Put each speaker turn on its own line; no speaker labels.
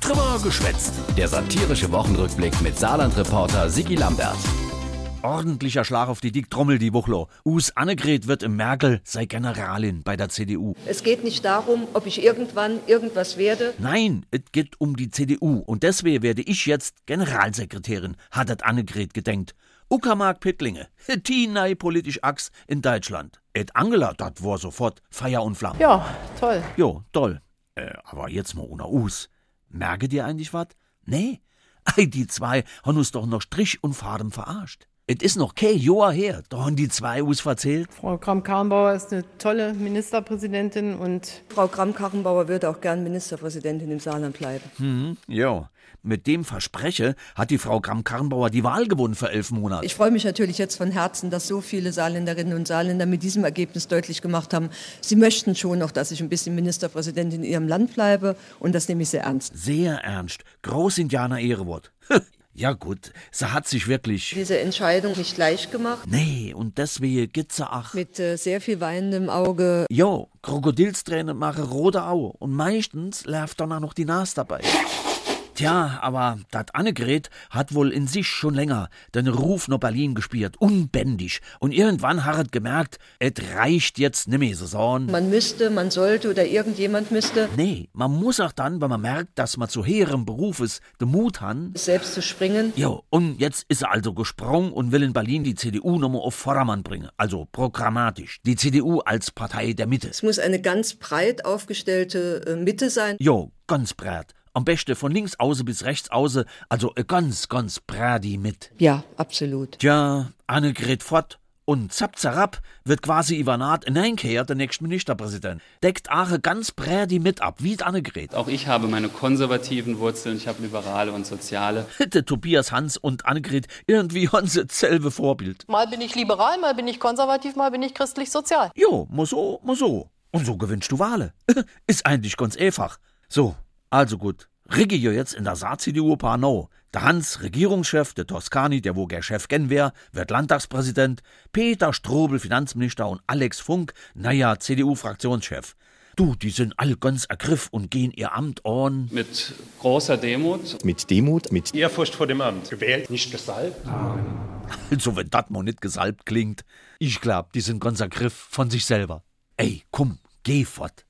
Trimmer geschwätzt. Der satirische Wochenrückblick mit Saarland-Reporter Sigi Lambert.
Ordentlicher Schlag auf die Dicktrommel, die Buchlo. Us Annegret wird im Merkel, sei Generalin bei der CDU.
Es geht nicht darum, ob ich irgendwann irgendwas werde.
Nein, es geht um die CDU. Und deswegen werde ich jetzt Generalsekretärin, hat das Annegret gedenkt. Uckermark Pittlinge, die neue politisch Achs in Deutschland. Et Angela, dat war sofort Feier und Flamme.
Ja, toll.
Jo, toll. Äh, aber jetzt mal ohne Us. Merke dir eigentlich wat? Nee. Ei, die zwei haben uns doch noch Strich und Faden verarscht. Es ist noch kein Jahr her, da haben die zwei uns verzählt.
Frau Kramp-Karrenbauer ist eine tolle Ministerpräsidentin und
Frau Kramp-Karrenbauer würde auch gern Ministerpräsidentin im Saarland bleiben.
Jo. Mit dem Verspreche hat die Frau Gramm-Karrenbauer die Wahl gewonnen für elf Monate.
Ich freue mich natürlich jetzt von Herzen, dass so viele Saarländerinnen und Saarländer mit diesem Ergebnis deutlich gemacht haben, sie möchten schon noch, dass ich ein bisschen Ministerpräsidentin in ihrem Land bleibe. Und das nehme ich sehr ernst.
Sehr ernst. Großindianer-Ehrewort. ja gut, sie hat sich wirklich...
Diese Entscheidung nicht leicht gemacht.
Nee, und deswegen gibt's sie ach.
Mit äh, sehr viel weinendem Auge.
Jo, Krokodilstränen machen rote Augen und meistens läuft danach noch die Nase dabei. Tja, aber dat Annegret hat wohl in sich schon länger den Ruf nach Berlin gespielt, unbändig. Und irgendwann hat et gemerkt, et reicht jetzt nimmer Saison.
Man müsste, man sollte oder irgendjemand müsste
Nee, man muss auch dann, wenn man merkt, dass man zu hehrem Beruf ist, den Mut han.
selbst zu springen.
Jo, und jetzt ist er also gesprungen und will in Berlin die CDU nochmal auf Vordermann bringen. Also programmatisch. Die CDU als Partei der Mitte.
Es muss eine ganz breit aufgestellte äh, Mitte sein.
Jo, ganz breit. Am besten von links außen bis rechts außen, also äh, ganz, ganz bradi mit.
Ja, absolut.
Tja, Annegret fort und zapp zarab wird quasi Ivanat in Einkehrt der nächste Ministerpräsident. Deckt Ache ganz bradi mit ab, wie Annegret.
Auch ich habe meine konservativen Wurzeln, ich habe liberale und soziale.
Hätte Tobias Hans und Annegret irgendwie unser selbe Vorbild.
Mal bin ich liberal, mal bin ich konservativ, mal bin ich christlich-sozial.
Jo, mo so, mo so. Und so gewinnst du Wale. Ist eigentlich ganz einfach. So, also gut. Rigge jo jetzt in der Saar-CDU Panau. Der Hans, Regierungschef, der Toskani, der wo der Chef gen wär, wird Landtagspräsident, Peter Strobel, Finanzminister und Alex Funk, naja, CDU-Fraktionschef. Du, die sind all ganz ergriff und gehen ihr Amt an.
Mit großer Demut
Mit Demut, mit
Ehrfurcht vor dem Amt. Gewählt, nicht gesalbt.
Also, wenn dat mal nicht gesalbt klingt. Ich glaub, die sind ganz ergriff von sich selber. Ey, komm, geh fort.